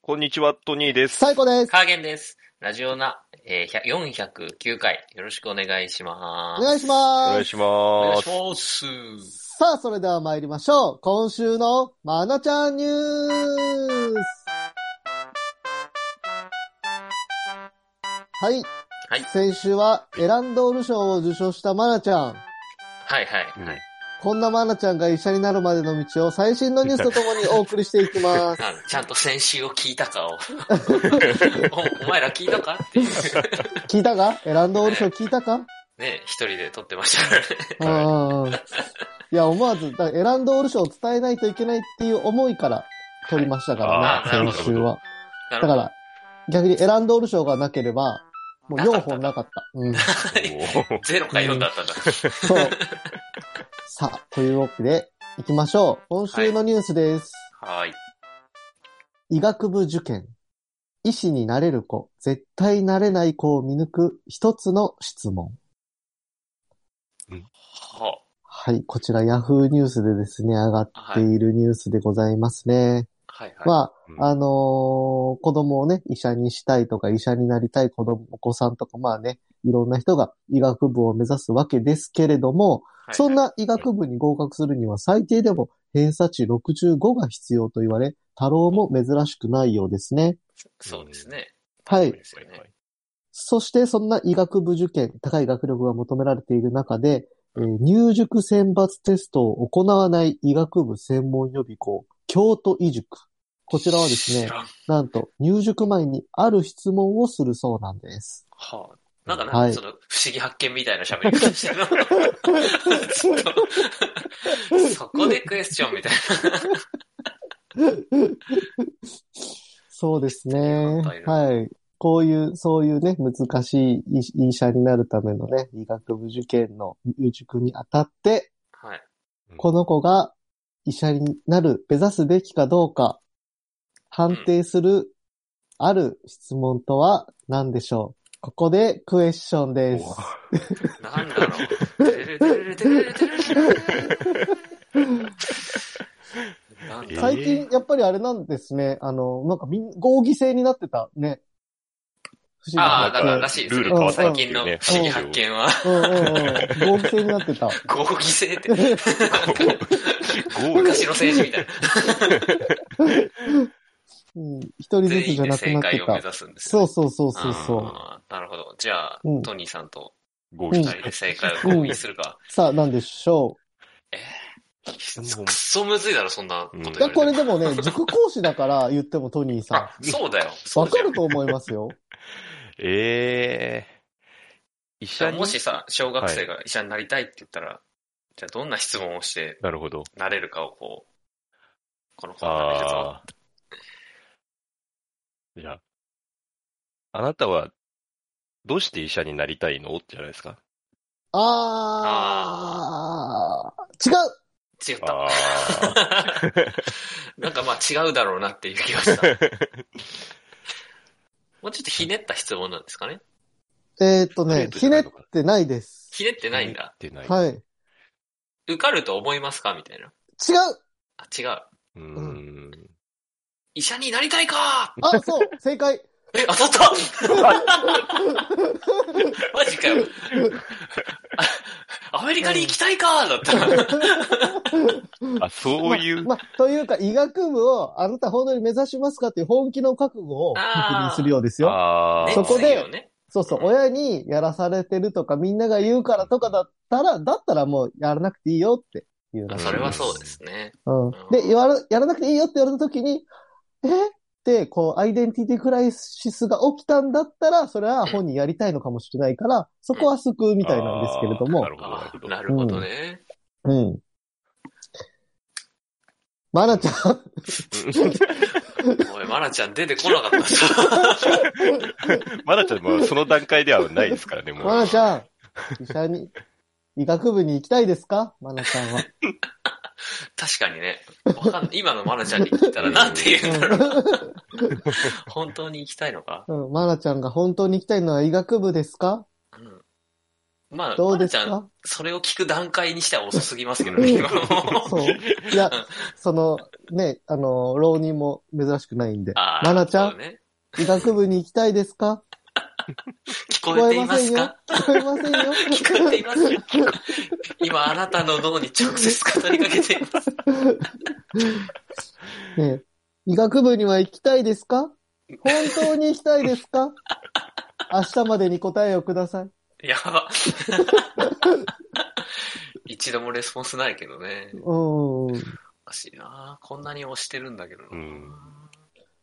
こんにちは、トニーです。最高です。カーゲンです。ラジオナ、えー、100 409回、よろしくお願いしまおす。願いしおま願いす。しお願まいす。します。さあ、それでは参りましょう。今週のまなちゃんニュース。はい。はい先週はエランドール賞を受賞したまなちゃん。はいはい。はい。こんなまなちゃんが医者になるまでの道を最新のニュースとともにお送りしていきます。あのちゃんと先週を聞いたかを。 おお前ら聞いたかっていう。聞いたかエランドール賞聞いたかね、一人で撮ってましたからね。うん。いや、思わず、だからエランドール賞を伝えないといけないっていう思いから取りましたからね、はいあーなるほど先週は。なだるかほど。ら、逆にエランドール賞がなければ、もう4本なかった。うん。おーゼロか4だったんだ。そう。さあ、というわけで、行きましょう。今週のニュースです。はい。医学部受験。医師になれる子、絶対なれない子を見抜く一つの質問。ははい、こちら Yahoo ニュースでですね、上がっているニュースでございますね。あ、はいはい。まうんあ、あのー子供をね、医者にしたいとか、医者になりたい子供、お子さんとか、まあね、いろんな人が医学部を目指すわけですけれども、はいそん、な医学部に合格するには最低でも偏差値65が必要と言われ、太郎も珍しくないようですね。そうですね。はいそうですよねそしてそんな医学部受験、高い学力が求められている中で、えー入塾選抜テストを行わない医学部専門予備校、京都医塾。こちらはですね知、らんなんと入塾前にある質問をするそうなんです。はあ。なんか、はいその、不思議発見みたいな喋り方してるの。ちょっと、 そこでクエスチョンみたいそうですそういねうこと。だはい。こういう、そういうね、難しい医医者になるためのね、医学部受験の入塾にあたって、な。はい。この子が医者になる、目指すべきかどうか、判定する、ある質問とは何でしょうここでクエスチョンです。 なんだろう。てれれてれれてれれてれれなんえーだ最近、やっぱりあれなんですね。あの、なんかみん、合議制になってたね。不思議ああ、だからならしいですね。ルール変わった最ってい近うのね不思議発見は、うんうんうん。合議制になってた。 合議制って、豪華昔の政治みたいな。うん。一人ず全つじ員ゃでなく正なって解を目た。指すんですそようね。そうそうそうそう。あーなるほど。じゃあうん、トニーさんと豪う二ん華人で正解を合議するか。さあ、何でしょうんくっそむずいだろ、そんなこうとんう。い言や、こわれれてでもね、塾講師だから言ってもトニーさあ、そうだよ。ん。そわうじかゃんると思いますよ。ええ医者にもしさ、小学生が医者になりたいって言ったら、じゃあどんな質問をしてなるほど。なれるかをこう、この子はなるぞ。ああ。じゃあ、あなたは、どうして医者になりたいのじゃないですか。あー、違う違った。あなんかまあ違うだろうなっていう気 がした。もうちょっとひねった質問なんですかねえーっとストレねー、トじひゃなねいのっかてないです。ひねってないんだ。出ない。はい。違う受かると思いますかみたいな。あ、違う。うーん。医者になりたいかあ、そう正解え、当たった マジか よ。あアメリカに行きたいかだった。あ、そういう。ま、まというか、医学部をあなた本当に目指しますかっていう本気の覚悟を確認するようですよ。ああ。そこで熱意をね。そうそう、親にやらされてるとか、みんなが言うからとかだったら、だったらもうやらなくていいよっていううのんがそれはそうですね。うん。で、やら、やらなくていいよって言われた時に、えって、こう、アイデンティティクライシスが起きたんだったら、それは本人やりたいのかもしれないから、そこは救うみたいなんですけれどあーなもる。ほど、なるあほど。なるほどね。うん。まなちゃん、おい、マナちゃん出てこなかったぞ。まだちょっともうその段階ではないですからね、 もう。まなちゃん、医者に、医学部に行きたいですかまなちゃんは。確かにね。わかん ない。今のマナちゃんに聞いたらなんて言うんだろう。本当に行きたいのかうん、まなちゃんが本当に行きたいのは医学部ですかうん。まあ、どうでですすかそれを聞く段階にしては遅すぎますけどね、今もそう。いや、その、ね、あの、浪人も珍しくないんで。あーななちゃ、そうんね、医学部に行きたいですか聞聞ここええていまませんすよか。聞こえませんよ。聞こえていますか今、あなたの脳に直接語りかけています。ね医学部には行きたいですか本当に行きたいですか明日までに答えをください。やば。 一度もレスポンスないけどね。うーん。おかしいなこんなに押してるんだけどな、うん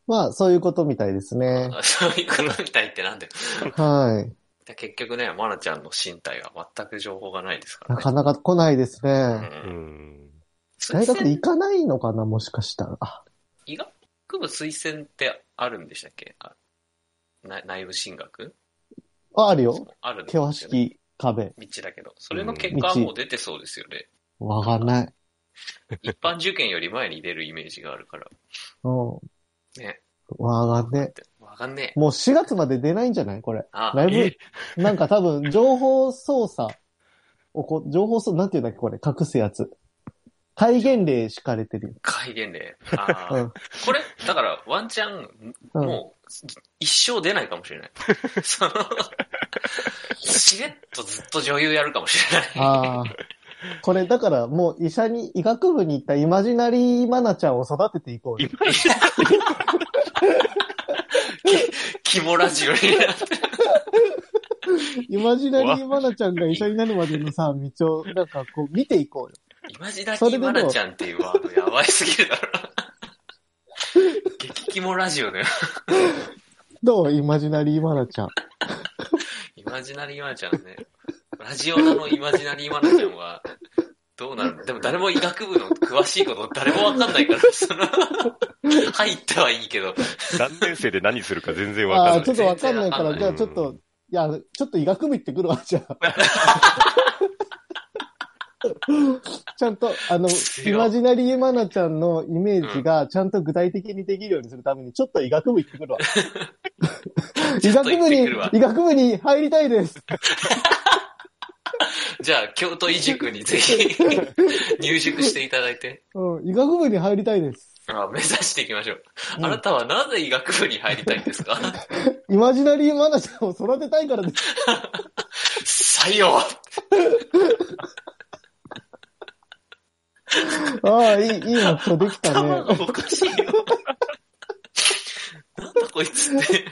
まあ、そういうことみたいですね。あそういうことみたいってなんだよ。はい。で結局ね、マナちゃんの身体は全く情報がないですからなね。かなか来ないですうね。うんん。大学に推行薦かないのかなもしかしたら。あ医学部推薦ってあるんでしたっけあな内部進学あ、あるよ。あるんですよ険しねき壁。道だけど。それの結果はうんもう出てそうですよね。わかんない。一般受験より前に出るイメージがあるから。うん。ね。わかんね。わかんねえ。もう4月まで出ないんじゃないこれ。あだいえぶ、なんか多分、情報操作をこ、情報操、なんていうんだっけこれ、隠すやつ。戒厳令敷かれてるよ。戒厳令。あ うーん。これ、だから、ワンチャン、うんもう、一生出ないかもしれない。その、しれっとずっと女優やるかもしれない。ああ。これ、だからもう医者に、医学部に行ったイマジナリーマナちゃんを育てていこうよ。 肝ラジオになって。イマジナリーマナちゃんが医者になるまでのさ、道を、なんかこう、見ていこうよ。イマジナリそれでーどうマナちゃんっていうワードやばいすぎるだろ。激肝ラジオだよ。どうイマジナリーマナちゃん。イマジナリーマナちゃんね。ラジオナのイマジナリーマナちゃんは、どうなるでも誰も医学部の詳しいこと誰もわかんないから、そ の、入ったはいいけど、何年生で何するか全然わあかあんなー、ちょっい。とわかんないか全ら、じ然ゃわかんあないちょっと、いや、ちょっと医学部行ってくるわ、じゃあ。ちゃんと、あの、強イマジナリーマナちゃんのイメージが、ちゃんと具体的にできるようにするために、ちょっと医学部行ってくるわ。医ょっと学行部ってにくるわ、医学部に入りたいです。じゃあ、京都医塾に ぜひ入塾していただいて、うん、医学部に入りたいです。あ目指していきましょう。うんあなたはなぜ医学部に入りたいんですかイマジナリーマナちゃんを育てたいからです。採用ああ、いい、いい目標できた頭ね。がおかしいよ。 なんだこいつって。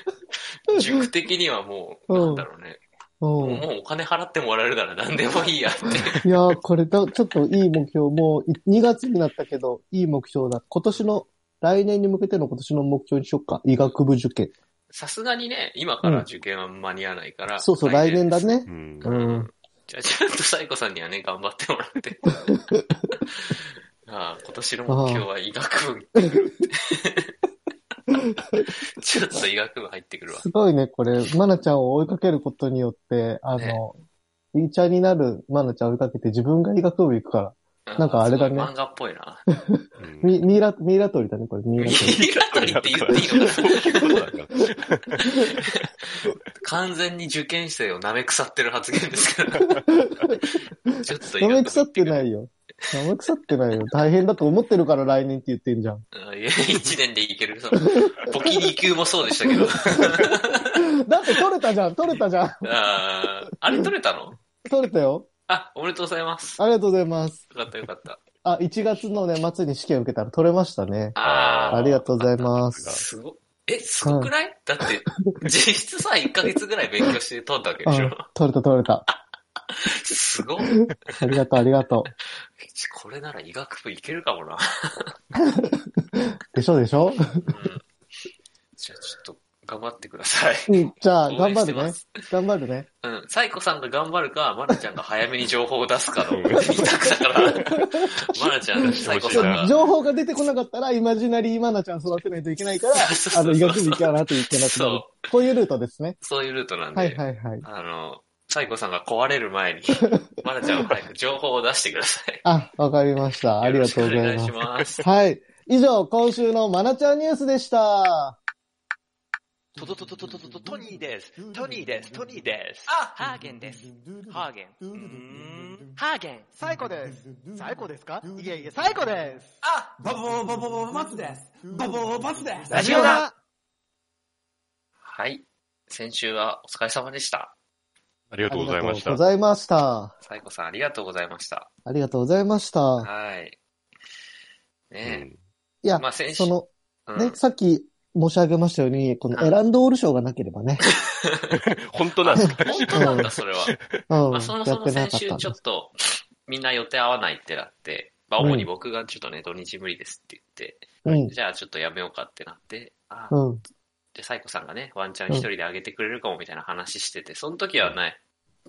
塾的にはもう、なんだろうね。うん。もうお金払ってもらえるなら何でもいいやって。いやー、これだ、ちょっといい目標、もう2月になったけど、いい目標だ。今年の、来年に向けての今年の目標にしよっか。医学部受験。さすがにね、今から受験は間に合わないから。そうそう、来年だねう。んう。ん。じゃあ、ちゃんとサイコさんにはね、頑張ってもらって。ああ、今年の目標は医学部 行ってくるって。ちょっと医学部入ってくるわ。すごいね、これ、マナちゃんを追いかけることによって、あねの、医者になるマナちゃんを追いかけて自分が医学部行くから。なんかあれだねすごい漫画っぽいな。うんミミイラ、ミイラ取りだね、これ。ミイラミ取り。イラ取りって言っていいのかそういうことだから。完全に受験生を舐め腐ってる発言ですから。ちょっと舐医学部行くめ腐ってないよ。舐め腐ってないよ。大変だと思ってるから来年って言ってんじゃん。あいや一年でいける。そうポキ2級もそうでした けど。だって取れたじゃん、取れたじゃん。あーあれ取れたの取れたよ。あ、おめでとうございます。ありがとうございます。よかったよかった。あ、1月のね、末に試験受けたら取れましたね。あーありがとうございますす。すご、え、すごくない、だって、実質さ、1ヶ月ぐらい勉強して取ったわけうでしんょ。取れた取れた。すごっありがとうありがとこれなら医学部いけるかもな。う。でしょでしょうん、じゃあちょっと、頑張ってください。うん。じゃあ、応頑援張してるねま。す頑張るね。うん。サイコさんが頑張るか、マナちゃんが早めに情報を出すか の二択だから、マナちゃん、サイコさんが。情報が出てこなかったら、イマジナリーマナちゃん育てないといけないから、そうあそうそうの、医学部行かなといけなくなるそ。こういうルートですね。そういうルートなんで、はいはいはい。あの、サイコさんが壊れる前 に、マナちゃんは早く情報を出してください。あ、わかりました。ありがとうございますよろしくお。願いします。はい。以上、今週のマナちゃんニュースでした。突トトトトトトトトニーです。トニーです。トニーです。あハーゲンです。。ハーゲン。うーん。ハーゲン。最高です。最高ですかいえいえ、最高です。あバボーバボーバツです。バボーバツです。ラジオだはい。先週はお疲れ様でした。ありがあとうりございがとうまごした。ざいました。サイコさんありがとうございました。ありがとうございました。はい。いねえ。やま、あ先週、その、うんね、さっき申し上げましたように、このエランドール賞がなければ ね。うん本当なんですか本当なんだ、それは。うん。まやあ、そもそっもてな先かっ週たんちでょっと、みんな予定合わないってなって、まあ、主に僕がちょっとね、土日無理ですって言って、うん。じゃあちょっとやめようかってなって、あ、うん。で、サイコさんがね、ワンチャン一人であげてくれるかもみたいな話してて、その時はね、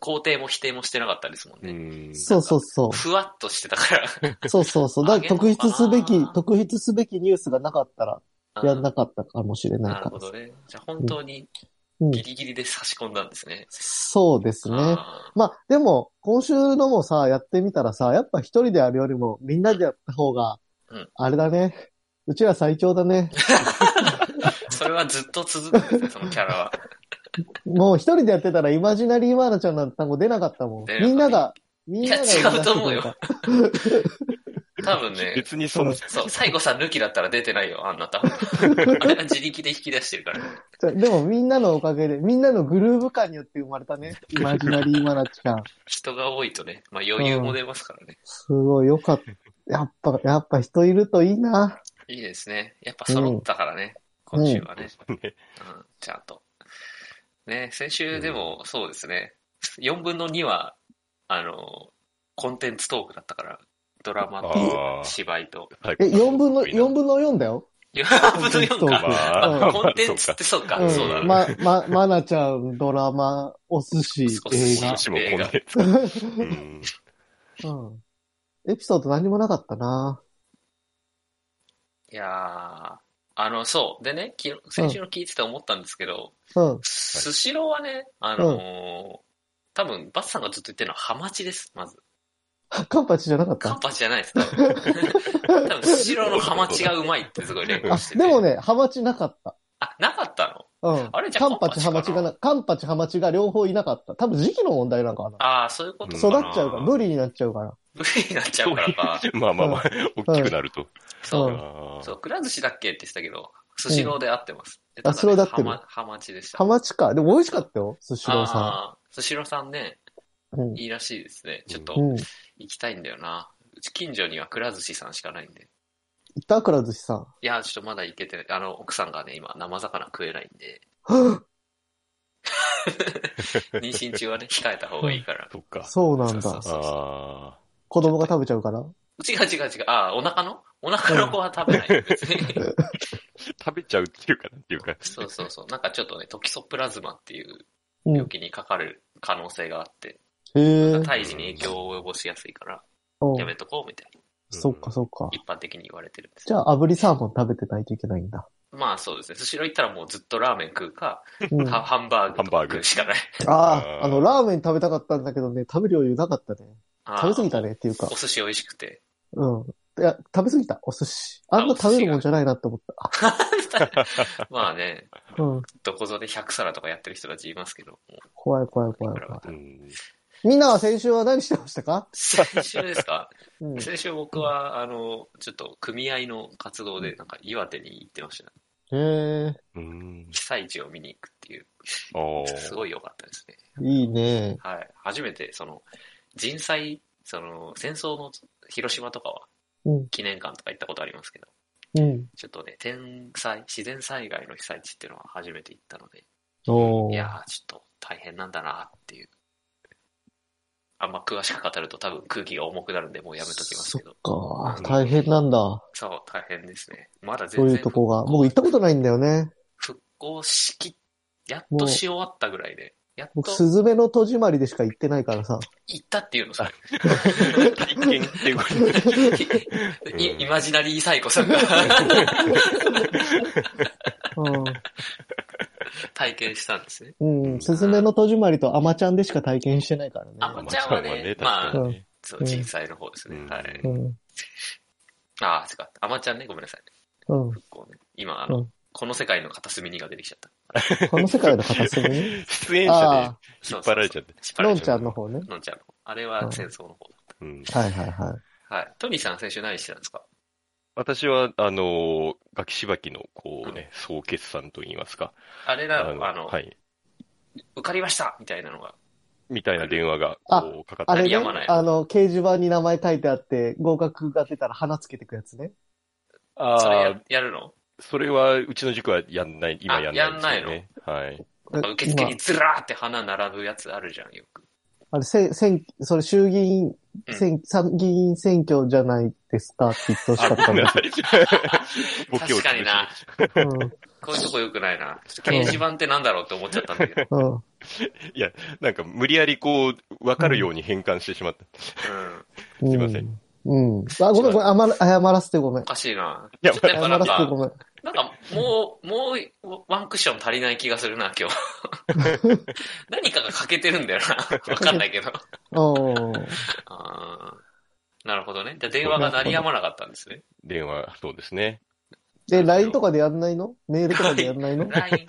肯定も否定もしてなかったですもんうね。んそうそうそふわっとしてたから。 う。そうそうそう。だから特筆すべ あげんきのかな、特筆すべきニュースがなかったら、やんななかったかもしれないるかほら。どね。じゃあ本当にうんギ。リギリで差し込んだんですね。そうですね。あまあ、でも、今週のもさ、やってみたらさ、やっぱ一人でやるよりも、みんなでやった方がうん、あれだね。うちら最強だね。ーそれはずっと続くんですね、そのキャラは。もう一人でやってたら、イマジナリーワーナちゃんなんて単語出なかったもん出な。かったみんなが、みんながいや違うと思うよ出してくれ多分ね、別にその、そう、サイコさん抜きだったら出てないよ、あんな 多分。あれは自力で引き出してるから。たでもみんなのおかげで、みんなのグルーヴ感によって生まれた ね。イマジナリーワーナちゃん。人が多いとね、まあ余裕も出ますからね。すごいよかった。やっぱ、やっぱ人いるといいな。いいですね。やっぱ揃ったからね、うん今週はね。うん、ちゃんと。ね、先週でもそうですね、4分の2は、あの、コンテンツトークだったから、ドラマあとー芝居と。はいえ、4分の、4分の4だよ。 4コン分のテンツトー4か。クまあうあんコンテンツってそうか、んそうだね。ま、ま、まなちゃん、ドラマ、お寿司、お映寿お寿司もこんなやつかうん画。うん。エピソード何もなかったな。いやー、あの、そう。でね、昨日先週の聞いてて思ったんですけど、うん。スシローはね、あのー多分、バツさんがずっと言ってるのはハマチです、まず。カンパチじゃなかっカンた。パチじゃない です、多分。多分、スシローのハマチがうまいってすごい連呼あして、て。でもね、ハマチなかった。あ、なかったのうん。あれじゃカあンパチ、ハカンマパチチがかなな、カンパチ、ハマチが両方いなかった。多分時期の問題なんかな。ああ、そういうこと育っかな。ちゃうから、無理になっちゃうから。無理になっちゃうからか。まあまあまあ、大きくなると。そうう。あーそう、くら寿司だっけって言ってたけど、スシローで合ってます。あでただねスシローで合ってるハマハマチでした。ハマチか。でも美味しかったよ、スシローさあースシローさんね、ん。うん。いいらしいですね。ちょっと、うん。行きたいんだよな。うち近所にはくら寿司さんしかないんで。板倉寿司さん。いや、ちょっとまだ行けてない。あの、奥さんがね、今、生魚食えないんで、妊娠中はね、控えた方がいいから。そっか。そうなんそうだそ。あ子供が食べちゃうから。違う違う違う。ああ、お腹のお腹の子は 食べない。別に。ー食べちゃうっていうかなんていうか。そうそうそう。なんかちょっとね、トキソプラズマっていううん。へ病気にかかる可能性があって、え。胎児に影響を及ぼしやすいから、うんやめとこうみたいな、そっかそっか。一般的に言われてるんですじゃあ、炙りサーモン食べてないといけないんだ。まあそうですね。スシロー行ったらもうずっとラーメン 食うか、うん、ハあハンバーグとかハンバーグ食うしかない。あ、あの、ラーメン食べたかったんだけどね、食べる余裕なかったね。あ 食べ過ぎーたねっていうかお。寿司美味しくて。うん。いや、食べ過ぎた、お寿司。あんな食べるもんじゃないなって思った。まあね、 うん。どこぞで100皿とかやってる人たちいます けど。怖い怖い怖いいくら怖いだ。うんみんなは先週は何してましたか先週ですかうん。へ先週僕は、あの、ちょっと組合の活動で、なんか岩手に行ってましたね。え、うん。被災地を見に行くっていう、おすごい良かったですね。いいね。はい。初めて、その、人災、その、戦争の広島とかはうん、記念館とか行ったことありますけど、うん。ちょっとね、天災、自然災害の被災地っていうのは初めて行ったので、おいー。やー、ちょっと大変なんだなっていう。あんま詳しく語ると多分空気が重くなるんで、もうやめときますけど。そっか、大変なんだ。そう、大変ですね。まだそ全う然いうとこが。僕行ったことないんだよね。復興しき、やっとし終わったぐらいで。やっ僕、とすずめの戸締まりでしか行ってないからさ。行ったっていうのさ。体験っていうことんいイマジナリーサイコさ んがう体験したんですね。ん。うん。すずめの戸締まりとアマちゃんでしか体験してないからね。アマちゃんはねまあ確かにねそうう、ん人災の方ですね。うんはい。うん。ああ、違う。アマちゃんね、ごめんなさい。うん。復興ね。今、あの、うんこの世界の片隅にが出てきちゃった。この世界の片隅 に出演者あで引っ張られちゃって。そうあ、そうそうのんちゃんの。方ね。のんちゃんの方。あれは戦争の方うんはいはいはい。だ。はい。トニーさん先週何してたんですか私は、あの、楽器しばきの、こうね、総決算と言いますか。あれだ、あの、はい。受かりましたみたいなのが。みたいな電話が、こう、かかあっれてきねやて、まないあの、掲示板に名前書いてあって、合格が出たら花つけてくやつね。それあやあ、やるのそれは、うちの塾はやんない、今あやんないんですよね。はい。なんか受付にずらーって花並ぶやつあるじゃん、よく。今あれ、せん、せん、それ衆議院、うん選、参議院選挙じゃないですかって言ってほしかったんだけボケを潰して確かにな。ど。こういうとこ良くないな。ちょっと掲示板ってなんだろうって思っちゃったんだけど。うん。うん。なんか、無理やりこう、わかるように変換してしまった。いうん。すいません。うん。あ、ごめんごめん、あま、謝らせてごめんお。かしいな。や、ちょっとやっぱ謝なんらせてかご、めん。なんかもう、もうワンクッション足りない気がするな、 今日。何かが欠けてるんだよな。わかんないけど。うん。あーなるほどね。じゃあ電話が鳴りやまなかったんですね。電話、そうですね。で、LINE とかでやんないのメールとかでやんないの LINE。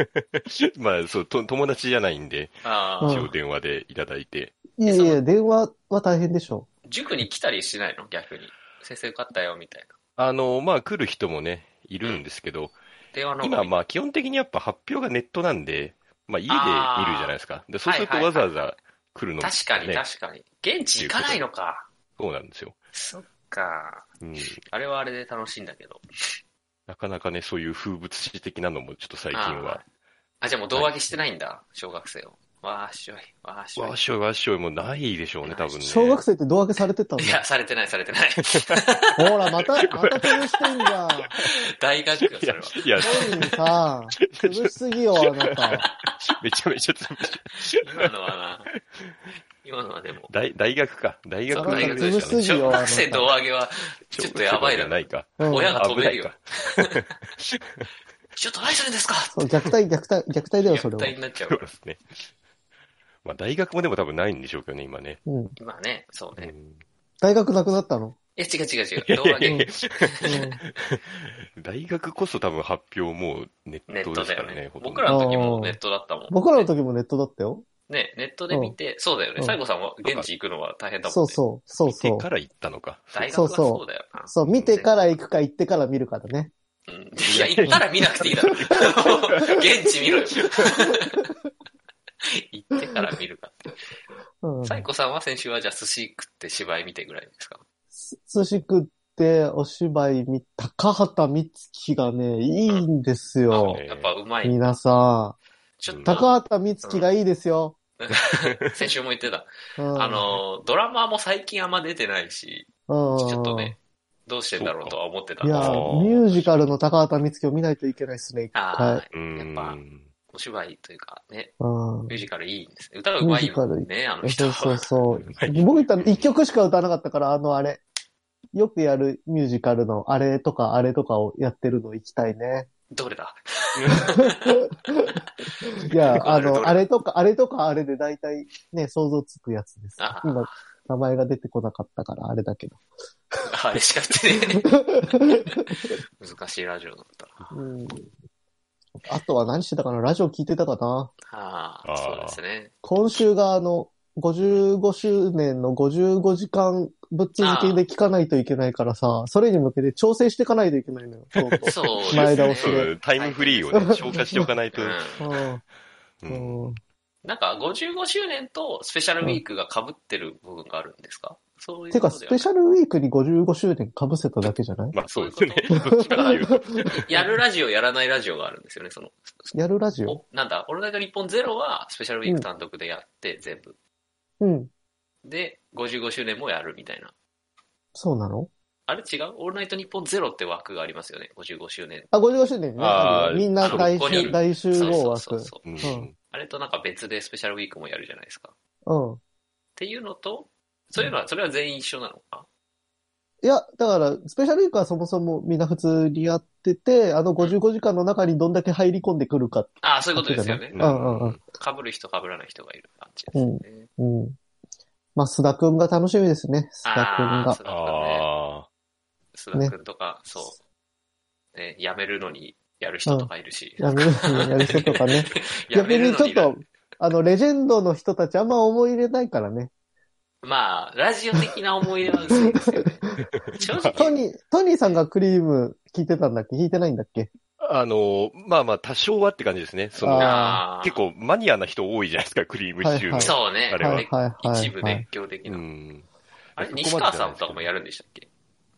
まあ、そう、と友達じゃないんで、あうあん一応電話でいただいて。いやいや、電話は大変でしょ。塾に来たりしないの逆に。先生受かったよ、みたいな。あの、まあ、来る人もね、いるんですけど、電話の方が今、まあ、基本的にやっぱ発表がネットなんで、まあ、家で見るじゃないですか。で、そうするとはいはわいはざいわざ来るのも、ね。確かに、確かに。現地行かないのか。そうなんですよ。そっか。うん。あれはあれで楽しいんだけど。なかなかね、そういう風物詩的なのもちょっと最近は。あ、じゃあもう胴上げしてないんだ、小学生を。わーしょい、わーしょいわっ。しょいわっしょいもないでしょうね、多分ね。小学生って胴上げされてたのいや、されてない、されてない。 ほら、また、また潰してんじゃん。大学よ、そいやれは。、いや、本人さ、潰しすぎよ、あなた。めちゃめちゃつ、今のはな、今のはでも、大、 大学か。大学そう大学ででし潰たすぎ小よ、あな学生胴た。上げは、ちょっとやばいじゃな。ないか。うん親が飛危べなるいよか。。ちょっと何するんですかそう虐待、虐待、虐待だよ、それ虐は待。になっちゃうそうかでら。すね。まあ、大学もでも多分ないんでしょうけどね、今ね。うん。今ね、そううね。ん大学なくなったの。いや、違う違う違う。胴上うげん。 う、ん。大学こそ多分発表もうネネッットトですだかよらねね。。ほとんど僕らの時もネットだったもん。僕らの時もネットだったよ。ね、ネットで見て、そうだよね。うん西郷さんは現地行くのは大変だもんね。そうそう、そう行そっうて。から行ったのか。大学はそうだよな。そう、見てから行くか行ってから見るかだね。うんいや、行ったら見なくていいだろ。 現地見ろよ。 行ってから見るかって。うん。サイコさんは先週はじゃあ寿司食って芝居見てぐらいですかす寿司食って、お芝居見、高畑光希がね、いいんですよ。あやっぱうまい。皆さちょっん。と、高畑光希がいいですよ。先週も言ってた。うんあ、の、ドラマも最近あんま出てないし、うんちょっとね、どうしてんだろうとは思ってたいやあーー、ミュージカルの高畑光希を見ないといけないですね、一あ回。ーうん。やっぱお芝居というかね、うんミュージカルいいんですね。歌がうまいもんね、あの人そうは。そうそう。はい僕言ったの一曲しか歌わなかったから、あのあれ。よくやるミュージカルのあれとかあれとかをやってるの行きたいね。どれだ いや、あどれどの、れあれとかあれとかあれで大体ね、想像つくやつです。あー今、名前が出てこなかったからあれだけど。あれしか言ってね。 難しいラジオだったな。うん。あとは何してたかなラジオ聞いてたかなあああ、ーそうですね。今週があの、55周年の55時間ぶっ続けで聞かないといけないからさ、それに向けて調整していかないといけない のよ。そうそうそうですね。前倒しそでうタイムフリーをね、消化しておかないと。うううんん。うんん。なんか、55周年とスペシャルウィークが被ってる部分があるんですかそういうてこか、とスではペシャルウィークに55周年被せただけじゃないまあそうですね。 どっちかっていうと。やるラジオ、やらないラジオがあるんですよね、その。やるラジオおなんだ、オールナイトニッポンゼロはスペシャルウィーク単独でやって、全部。うん。で、55周年もやるみたいな。そうなのあれ違うオールナイトニッポンゼロって枠がありますよね、55周年。あ、55周年ね。あーあるよみんな大あここにある集、大集合そうそう枠。そうそう。うんあれとなんか別でスペシャルウィークもやるじゃないですか。っうん。ていうのと、そういうのは、それは全員一緒なのかいや、だから、スペシャルウィークはそもそもみんな普通にやってて、あの55時間の中にどんだけ入り込んでくるか。ああ、そういうことですよねう。んうんうん。被る人被らない人がいる感じですね。うん。まあ、須田くんが楽しみですね。須田くんああ、が須。田くんね。ああ。須田くんとか、そう。ね、辞めるのにやる人とかいるし。やめる、やる人とか ね。逆にちょっと、あの、レジェンドの人たちあんま思い入れないからね。まあ、ラジオ的な思い出はそうですよ ね。正ト直、ニー、トニーさんがクリーム聞いてたんだっけ聞いてないんだっけあの、まあまあ、多少はって感じですね。その、あー結構マニアな人多いじゃないですか、クリームシチューの。はいそうね。あれははいはいはい一部熱狂的うな。ん。あれ、西川さんとかもやるんでしたっけ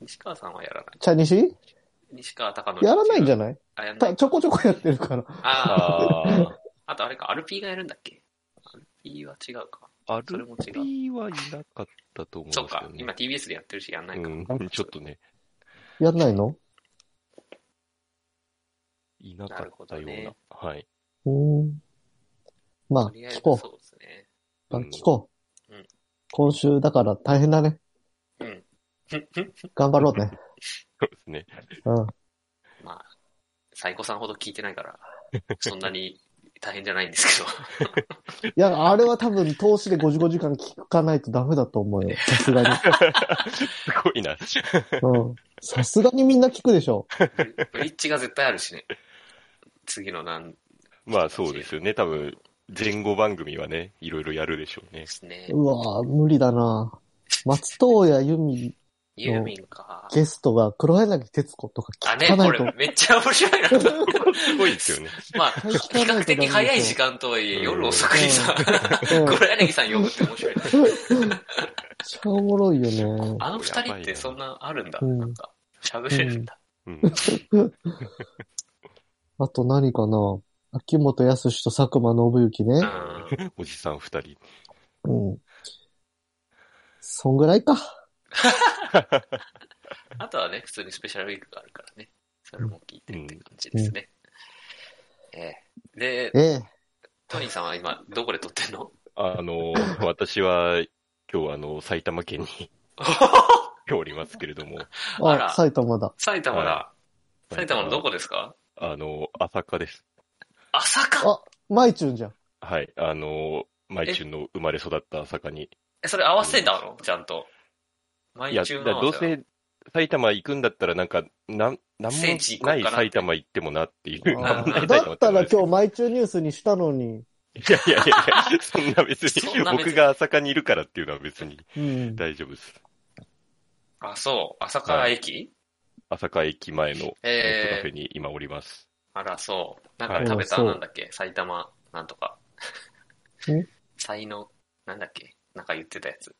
西川さんはやらない。チャニシ西川隆則。やらないんじゃん。ないあ、やんないた。ちょこちょこやってるから。ああ。あーあとあれか、アルピーがやるんだっけアルピーは違うか。アそれルも違うピーはいなかったと思うんですそよね。うか、今 TBS でやってるし、やんないか。うん、ちょっとね、やんないのいなかったような。なるはい。うーん。まあとりあ、えず聞そうこですね。う。うん聞こううん。今週、だから大変だね。うん。頑張ろうね。そうですね。うん。まあ、サイコさんほど聞いてないから、そんなに大変じゃないんですけど。いや、あれは多分、投資で55時間聞かないとダメだと思うよ。さ すがに。すごいな。うん。さすがにみんな聞くでしょ。 ブリッジが絶対あるしね。次のなんでまあそうですよね。多分、前後番組はね、いろいろやるでしょうね。すね。うわぁ、無理だな松任谷由実ユーミンか。ゲストが黒柳徹子とかあ、聞ねか、なこいと。れめっちゃ面白 いなと思って。すごいですよね。まあ、聞かな比較いとダメでしょ的早い時間とはいえ、夜遅くにさ、うん黒柳さん呼ぶって面白 いな。めっちゃおもろいよね。あの二人ってそんなあるんだ。うんなんか、喋れるんだ。うん。あと何かな秋元康と佐久間信之うね。ん。おじさん二人。うん。そんぐらいか。あとはね、普通にスペシャルウィークがあるからね。それも聞いてって感じですね。ええで、ええ。トニーさんは今、どこで撮ってんの あの、私は、今日あの、埼玉県に おりますけれども、あらあ、埼玉だ。埼玉だは。埼玉のどこですかあの、朝霞です。朝霞あ、マイチュンじゃ ん。はい。あの、マイチュンの生まれ育った朝霞に。え、それ合わせたのちゃんと。い毎や、中だからどうせ埼玉行くんだったらなんか、なん、なんも聖地行こなういかな埼玉行ってもなっていう。なあーんもない埼だ玉ったらて今日マイチュンニュースにしたのに。いやいやいやいや、そんな別そんに、な別に僕が朝霞にいるからっていうのは別にうん。大丈夫です。あ、そう。朝霞駅朝霞駅前のネットカえフェえ。に今おります。 あら、そう。なんはかい食べた、そうなんだっけ埼玉、なんとかえ。才能、なんだっけなんか言ってたやつ。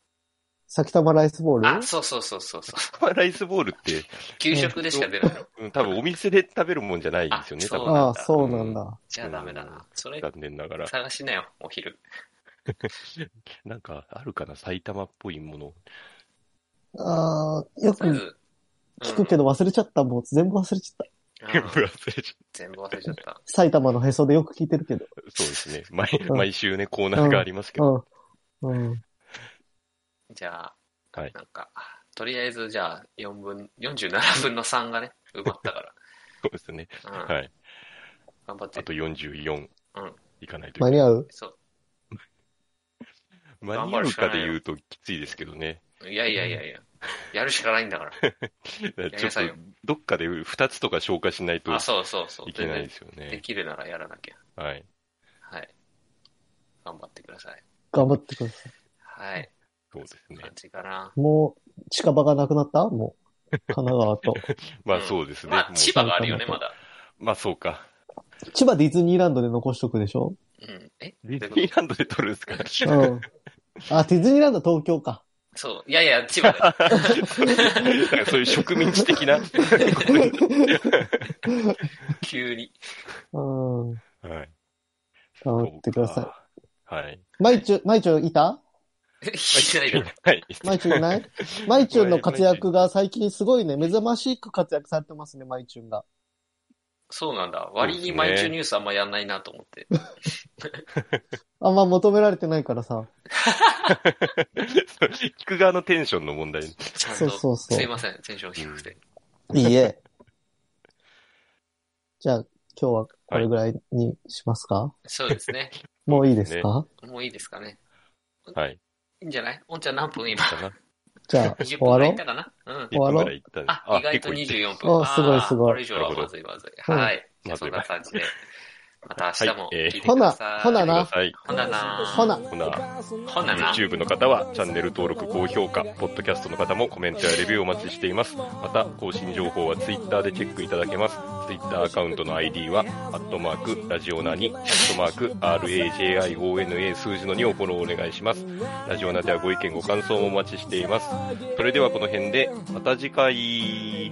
埼玉ライスボーあ、ルそうそうそうそうそう。ライスボールって、給食でしか出ないの。うん多分お店で食べるもんじゃないんですよね、多あそう分。ああ、そうなんだ。じゃあダメだな。それ残念ながら。探しなよ、お昼。なんか、あるかな埼玉っぽいもの。ああ、よとりあえくず。聞くけど。ど忘れちゃった。もう全部忘れちゃった。うん 全部忘れち全部忘れちゃった。埼玉のへそでよく聞いてるけど。ゃうそうですね。毎ん毎週ね、コーナーがありますけど。うん。うん。じゃあ、はいなんか、とりあえずじゃあ、4分、47分の3がね、埋まったかそうですね。ら。うん。はい。頑張っあて。と44うん。いかないといけ間にない。合うそ間に合うかで言うときついですけどね。う。いやいやいやいや。やるしかないんだ から。だからやりちょなっさいよと、どっかで2つとか消化しないとあ、そうそうそう。いけない全ですよ然でね。きるならやらなきゃ。はい。はい。頑張ってください。頑張ってくださはい。そうですね感。じかな。い。もう、近場がなくなったもう、神奈川 と。まあんそうですね。まあも、う千葉があるよね、まだ。まあそうか。千葉ディズニーランドで残しとくでしょうん。えディどズういうことニーランドで撮るんですかうん。あ、ディズニーランド東京か。そう。いやいや、 千葉だよなんかそういう植民地的な。急に。うん。はい。頑張ってください。はい。い。マイチュン、マイチュンいた引き ないから。はい。 マイチュンいない マイチュンの活躍が最近すごいね、目覚ましく活躍されてますね、マイチュンが。そうなんだ。割に毎週ニュースあんまやんないなと思って。あんま求められてないからさ。聞く側のテンションの問題。ちゃんそうと。そうそうすいません、テンション低くて。いい え。じゃあ、今日はこれぐらいにしますか、そうですね。もういいですかもういいですかね。はい。いいんじゃないおんちゃん何分今かな。じゃ あ、終20分ぐわらろいいうったかなうん。終わろういったねあ、意外と結構いった24分。あすごいあーすごいこれ以上はまずいまずい。うんはい。じゃあそんな感じで、また明日もはいえー聞いてほくだなさい。、ほくなだな。さい。ほななほなほな。ほなな YouTube の方はチャンネル登録、高評価、ポッドキャストの方もコメントやレビューをお待ちしています。また、更新情報は Twitter でチェックいただけます。Twitter アカウントの ID は、アットマーク、ラジオナに、アットマーク、RAJIONA 数字の2をフォローお願いします。ラジオナではご意見、ご感想もお待ちしています。それではこの辺で、また次回。